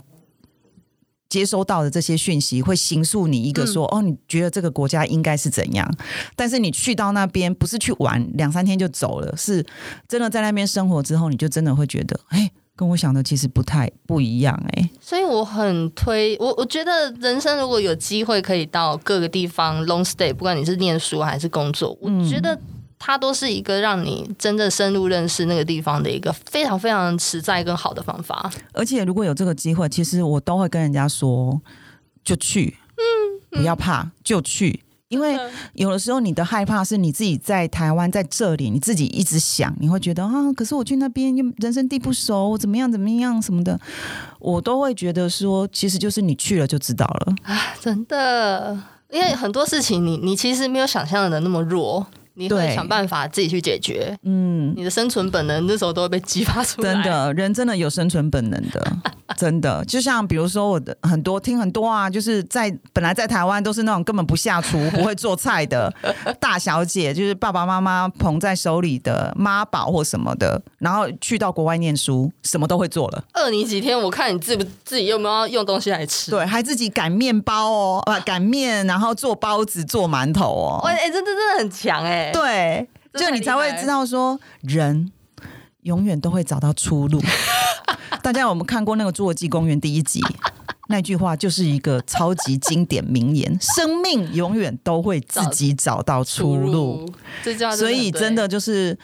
Speaker 1: 接收到的这些讯息，会形塑你一个说，
Speaker 2: 嗯
Speaker 1: 哦，你觉得这个国家应该是怎样，但是你去到那边不是去玩两三天就走了，是真的在那边生活之后，你就真的会觉得，诶，跟我想的其实不太不一样、诶，
Speaker 2: 所以我很推我，我觉得人生如果有机会可以到各个地方 long stay，不管你是念书还是工作，我觉得它都是一个让你真正深入认识那个地方的一个非常非常实在跟好的方法。
Speaker 1: 而且如果有这个机会，其实我都会跟人家说，就去，嗯，不要怕，就去。因为有的时候你的害怕是你自己在台湾在这里，你自己一直想，你会觉得啊，可是我去那边又人生地不熟，我怎么样怎么样什么的，我都会觉得说，其实就是你去了就知道了。
Speaker 2: 真的，因为很多事情你你其实没有想象的那么弱。你会
Speaker 1: 对
Speaker 2: 想办法自己去解决，嗯，你的生存本能那时候都会被激发出来，
Speaker 1: 真，的，人真的有生存本能的，真的。就像比如说，我的很多听很多啊，就是在本来在台湾都是那种根本不下厨、不会做菜的大小姐，就是爸爸妈妈捧在手里的妈宝或什么的，然后去到国外念书，什么都会做了，
Speaker 2: 饿你几天，我看你自不自己有没有要用东西来吃，
Speaker 1: 对，还自己擀面包哦，啊，擀面，然后做包子、做馒头
Speaker 2: 哇，
Speaker 1: 哦，
Speaker 2: 哎、这这真的很强哎、
Speaker 1: 对，
Speaker 2: 真
Speaker 1: 就
Speaker 2: 的很
Speaker 1: 你才
Speaker 2: 厉
Speaker 1: 会
Speaker 2: 害
Speaker 1: 知道说人。永远都会找到出 路。大家有没有看过那个《侏罗纪公园》第一集？那句话就是一个超级经典名言：生命永远都会自己找到出路。，
Speaker 2: 这叫
Speaker 1: 所以真的就是，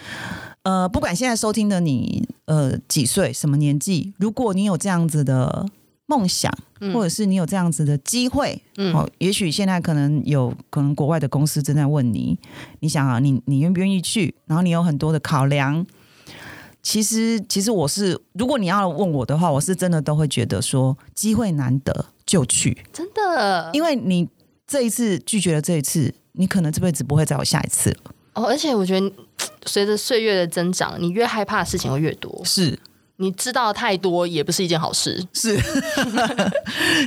Speaker 1: 呃，不管现在收听的你，呃，几岁、什么年纪，如果你有这样子的梦想，或者是你有这样子的机会，
Speaker 2: 嗯
Speaker 1: 哦，也许现在可能有可能国外的公司正在问你，你想啊，你你愿不愿意去？然后你有很多的考量，其实其实我是，如果你要问我的话，我是真的都会觉得说机会难得就去，
Speaker 2: 真的，
Speaker 1: 因为你这一次拒绝了这一次，你可能这辈子不会再有下一次了。
Speaker 2: 哦，而且我觉得随着岁月的增长，你越害怕的事情会越多，
Speaker 1: 是
Speaker 2: 你知道太多也不是一件好事。
Speaker 1: 是，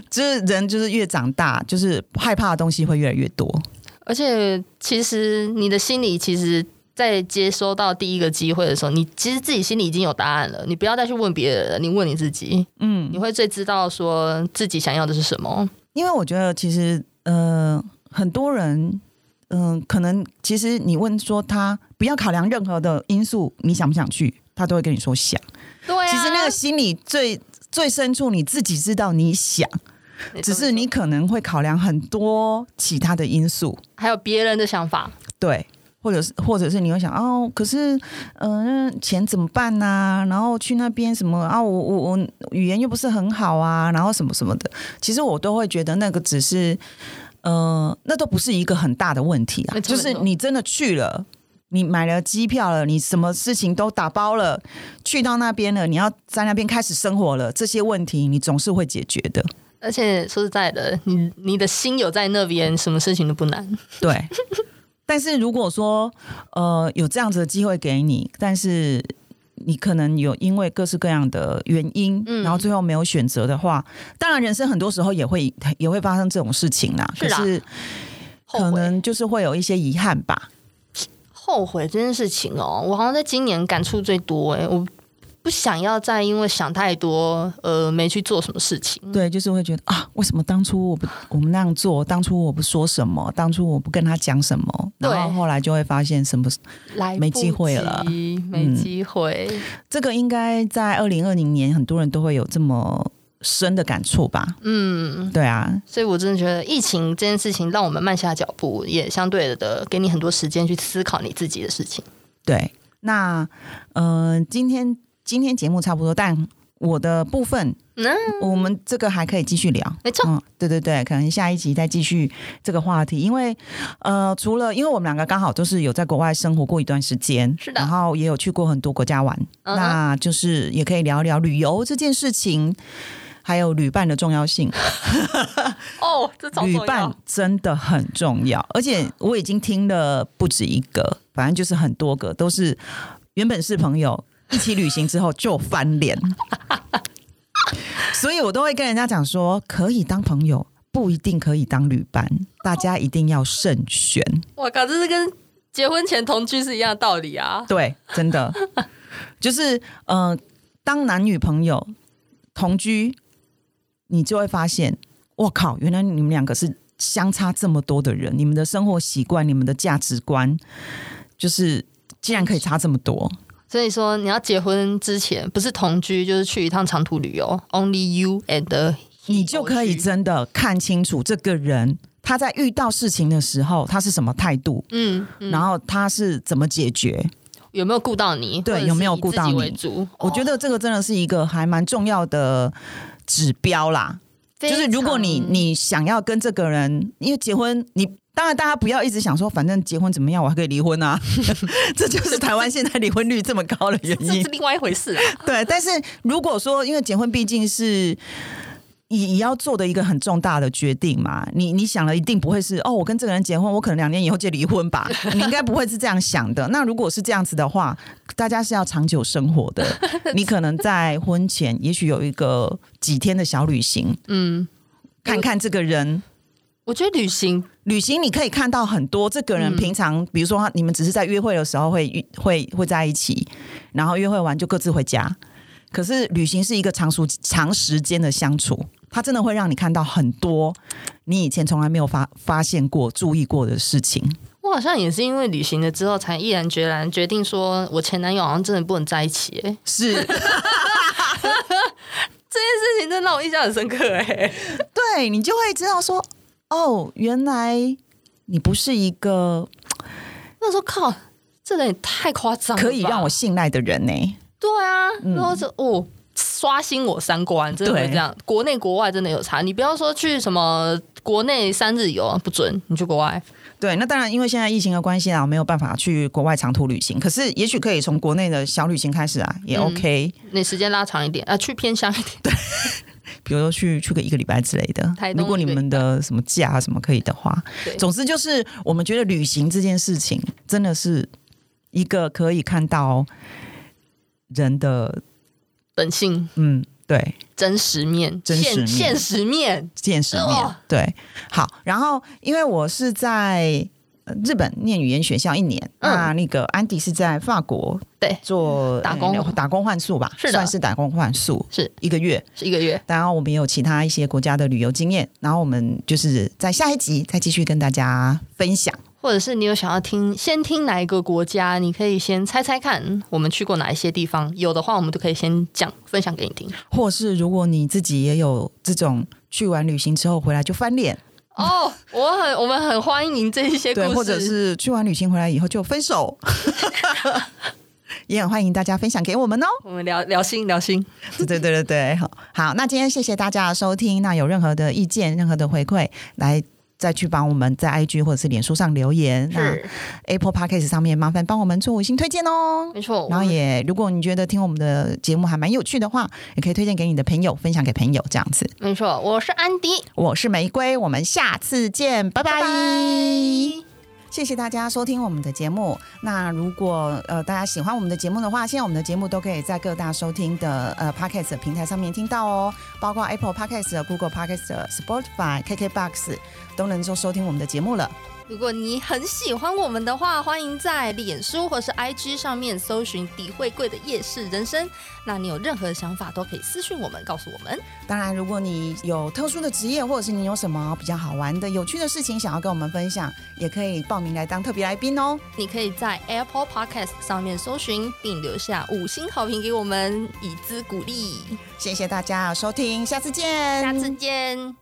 Speaker 1: 就是人就是越长大，就是害怕的东西会越来越多。
Speaker 2: 而且，其实你的心里其实。在接收到第一个机会的时候，你其实自己心里已经有答案了，你不要再去问别人了，你问你自己，嗯，你会最知道说自己想要的是什么。
Speaker 1: 因为我觉得其实呃，很多人嗯、呃可能其实你问说他不要考量任何的因素，你想不想去，他都会跟你说想。
Speaker 2: 对啊，
Speaker 1: 其实那个心里最最深处，你自己知道你想，
Speaker 2: 没错
Speaker 1: 只是
Speaker 2: 没
Speaker 1: 你
Speaker 2: 错
Speaker 1: 可能会考量很多其他的因素，
Speaker 2: 还有别人的想法，
Speaker 1: 对。或者是，或者是你会想哦，可是，嗯、那钱怎么办呢、然后去那边什么啊？我我我语言又不是很好啊，然后什么什么的。其实我都会觉得那个只是，呃，那都不是一个很大的问题啊。
Speaker 2: 没错
Speaker 1: 就是
Speaker 2: 没错
Speaker 1: 你真的去了，你买了机票了，你什么事情都打包了，去到那边了，你要在那边开始生活了，这些问题你总是会解决的。
Speaker 2: 而且说实在的，你你的心有在那边，什么事情都不难。
Speaker 1: 对，但是如果说呃有这样子的机会给你，但是你可能有因为各式各样的原因，
Speaker 2: 嗯
Speaker 1: 然后最后没有选择的话，当然人生很多时候也会也会发生这种事情啦。
Speaker 2: 是
Speaker 1: 可
Speaker 2: 啦
Speaker 1: 是
Speaker 2: 后
Speaker 1: 可
Speaker 2: 悔，
Speaker 1: 能就是会有一些遗憾吧。
Speaker 2: 后悔这件事情哦，我好像在今年感触最多诶、我不想要再因为想太多，呃，没去做什么事情。
Speaker 1: 对，就是会觉得啊，为什么当初我不我们那样做，当初我不说什么，当初我不跟他讲什么，然后
Speaker 2: 对
Speaker 1: 后来就会发现什么
Speaker 2: 来
Speaker 1: 没机会了
Speaker 2: 不及，没机会。
Speaker 1: 这个应该在二零二零年，很多人都会有这么深的感触吧？嗯，对啊，
Speaker 2: 所以我真的觉得疫情这件事情让我们慢下脚步，也相对的给你很多时间去思考你自己的事情。
Speaker 1: 对。那呃，今天今天节目差不多，但我的部分，
Speaker 2: 嗯，
Speaker 1: 我们这个还可以继续聊。
Speaker 2: 没错，
Speaker 1: 嗯，对对对，可能下一集再继续这个话题，因为呃，除了因为我们两个刚好都是有在国外生活过一段时间，
Speaker 2: 是的
Speaker 1: 然后也有去过很多国家玩，
Speaker 2: 嗯哼
Speaker 1: 那就是也可以聊聊旅游这件事情，还有旅伴的重要性。
Speaker 2: 哦，这超重
Speaker 1: 旅
Speaker 2: 要
Speaker 1: 伴真的很重要，而且我已经听了不止一个，反正就是很多个，都是原本是朋友，一起旅行之后就翻脸， 所以我都会跟人家讲说，可以当朋友，不一定可以当旅伴，大家一定要慎选。
Speaker 2: 我靠，这是跟结婚前同居是一样的道理 啊！
Speaker 1: 对，真的，就是嗯、呃当男女朋友同居，你就会发现，我靠，原来你们两个是相差这么多的人，你们的生活习惯、你们的价值观，就是竟然可以差这么多。
Speaker 2: 所以说，你要结婚之前不是同居，就是去一趟长途旅游，Only you and he
Speaker 1: 你就可以
Speaker 2: 同居
Speaker 1: 真的看清楚这个人，他在遇到事情的时候，他是什么态度，
Speaker 2: 嗯嗯，
Speaker 1: 然后他是怎么解决。
Speaker 2: 有没有顾到你？
Speaker 1: 对
Speaker 2: 或者是
Speaker 1: 有没有顾到你
Speaker 2: 以自己为主？哦
Speaker 1: 我觉得这个真的是一个还蛮重要的指标啦。就是如果你
Speaker 2: 非常
Speaker 1: 你想要跟这个人，因为结婚，你当然大家不要一直想说，反正结婚怎么样，我还可以离婚啊， 这就是台湾现在离婚率这么高的原
Speaker 2: 这
Speaker 1: 因
Speaker 2: 是。另外一 回事啊，
Speaker 1: 对，但是如果说，因为结婚毕竟是。你你要做的一个很重大的决定嘛，你你想了一定不会是哦，我跟这个人结婚，我可能两年以后就离婚吧，你应该不会是这样想的。那如果是这样子的话，大家是要长久生活的，你可能在婚前也许有一个几天的小旅行，
Speaker 2: 嗯，
Speaker 1: 看看这个人。
Speaker 2: 我觉得旅行
Speaker 1: 旅行你可以看到很多这个人平常，比如说他你们只是在约会的时候会遇会会在一起，然后约会完就各自回家。可是旅行是一个长熟长时间的相处，它真的会让你看到很多你以前从来没有发发现过、注意过的事情。
Speaker 2: 我好像也是因为旅行了之后，才毅然决然决定说，我前男友好像真的不能在一起、 欸。
Speaker 1: 是
Speaker 2: 这事情真的让我印象很深刻、
Speaker 1: 欸
Speaker 2: 哎，
Speaker 1: 对你就会知道说，哦，原来你不是一个
Speaker 2: 那时候靠，这人也太夸张了吧，
Speaker 1: 可以呃啊让我信赖的人呢、欸
Speaker 2: 对啊，然后是哦。刷新我三观，真的会
Speaker 1: 对
Speaker 2: 这样。国内国外真的有差，你不要说去什么国内三日游啊不准，你去国外
Speaker 1: 对，那当然，因为现在疫情的关系啊，我没有办法去国外长途旅行。可是，也许可以从国内的小旅行开始啊，也
Speaker 2: 嗯
Speaker 1: OK。
Speaker 2: 你时间拉长一点啊，去偏乡一点。
Speaker 1: 比如说去去个一个礼拜之类的
Speaker 2: 台。东
Speaker 1: 如果你们的什么假啊什么可以的话
Speaker 2: 对，
Speaker 1: 总之就是我们觉得旅行这件事情真的是一个可以看到人的
Speaker 2: 本性
Speaker 1: 嗯对
Speaker 2: 真实面，
Speaker 1: 真实面
Speaker 2: 现现实面，
Speaker 1: 见识面
Speaker 2: 哇
Speaker 1: 对好。然后因为我是在。呃日本念语言学校一年，
Speaker 2: 嗯
Speaker 1: 那那个安迪是在法国
Speaker 2: 对，
Speaker 1: 做
Speaker 2: 打工
Speaker 1: 呃打工换宿吧，
Speaker 2: 是的
Speaker 1: 算是打工换宿，
Speaker 2: 是
Speaker 1: 一个月。
Speaker 2: 是一个月。
Speaker 1: 然后我们也有其他一些国家的旅游经验，然后我们就是在下一集再继续跟大家分享。
Speaker 2: 或者是你有想要听，先听哪一个国家，你可以先猜猜看，我们去过哪一些地方。有的话，我们都可以先讲分享给你听。
Speaker 1: 或是如果你自己也有这种去完旅行之后回来就翻脸，
Speaker 2: 哦，我很我们很欢迎这一些故
Speaker 1: 对，
Speaker 2: 事，
Speaker 1: 或者是去完旅行回来以后就分手， 也很欢迎大家分享给我们哦。
Speaker 2: 我们聊聊心聊心，
Speaker 1: 对对对对对，好，好，那今天谢谢大家的收听，那有任何的意见、任何的回馈，来再去帮我们在 IG 或者是脸书上留言，那 Apple Podcast 上面麻烦帮我们做五星推荐哦。
Speaker 2: 没错。
Speaker 1: 然后
Speaker 2: 我们
Speaker 1: 也，如果你觉得听我们的节目还蛮有趣的话，也可以推荐给你的朋友，分享给朋友这样子。
Speaker 2: 没错，我是安迪，
Speaker 1: 我是玫瑰，我们下次见，拜拜。
Speaker 2: 拜拜。
Speaker 1: 谢谢大家收听我们的节目。那如果呃大家喜欢我们的节目的话，现在我们的节目都可以在各大收听的呃 Podcast 平台上面听到哦，包括 Apple Podcast、Google Podcast、Spotify、KKBox 都能够收听我们的节目了。
Speaker 2: 如果你很喜欢我们的话，欢迎在脸书或是 IG 上面搜寻“底会贵的夜市人生”。那你有任何想法都可以私讯我们，告诉我们。
Speaker 1: 当然，如果你有特殊的职业，或者是你有什么比较好玩的、有趣的事情想要跟我们分享，也可以报名来当特别来宾哦。
Speaker 2: 你可以在 Apple Podcast 上面搜寻，并留下五星好评给我们，以资鼓励。
Speaker 1: 谢谢大家的收听，下次见，
Speaker 2: 下次见。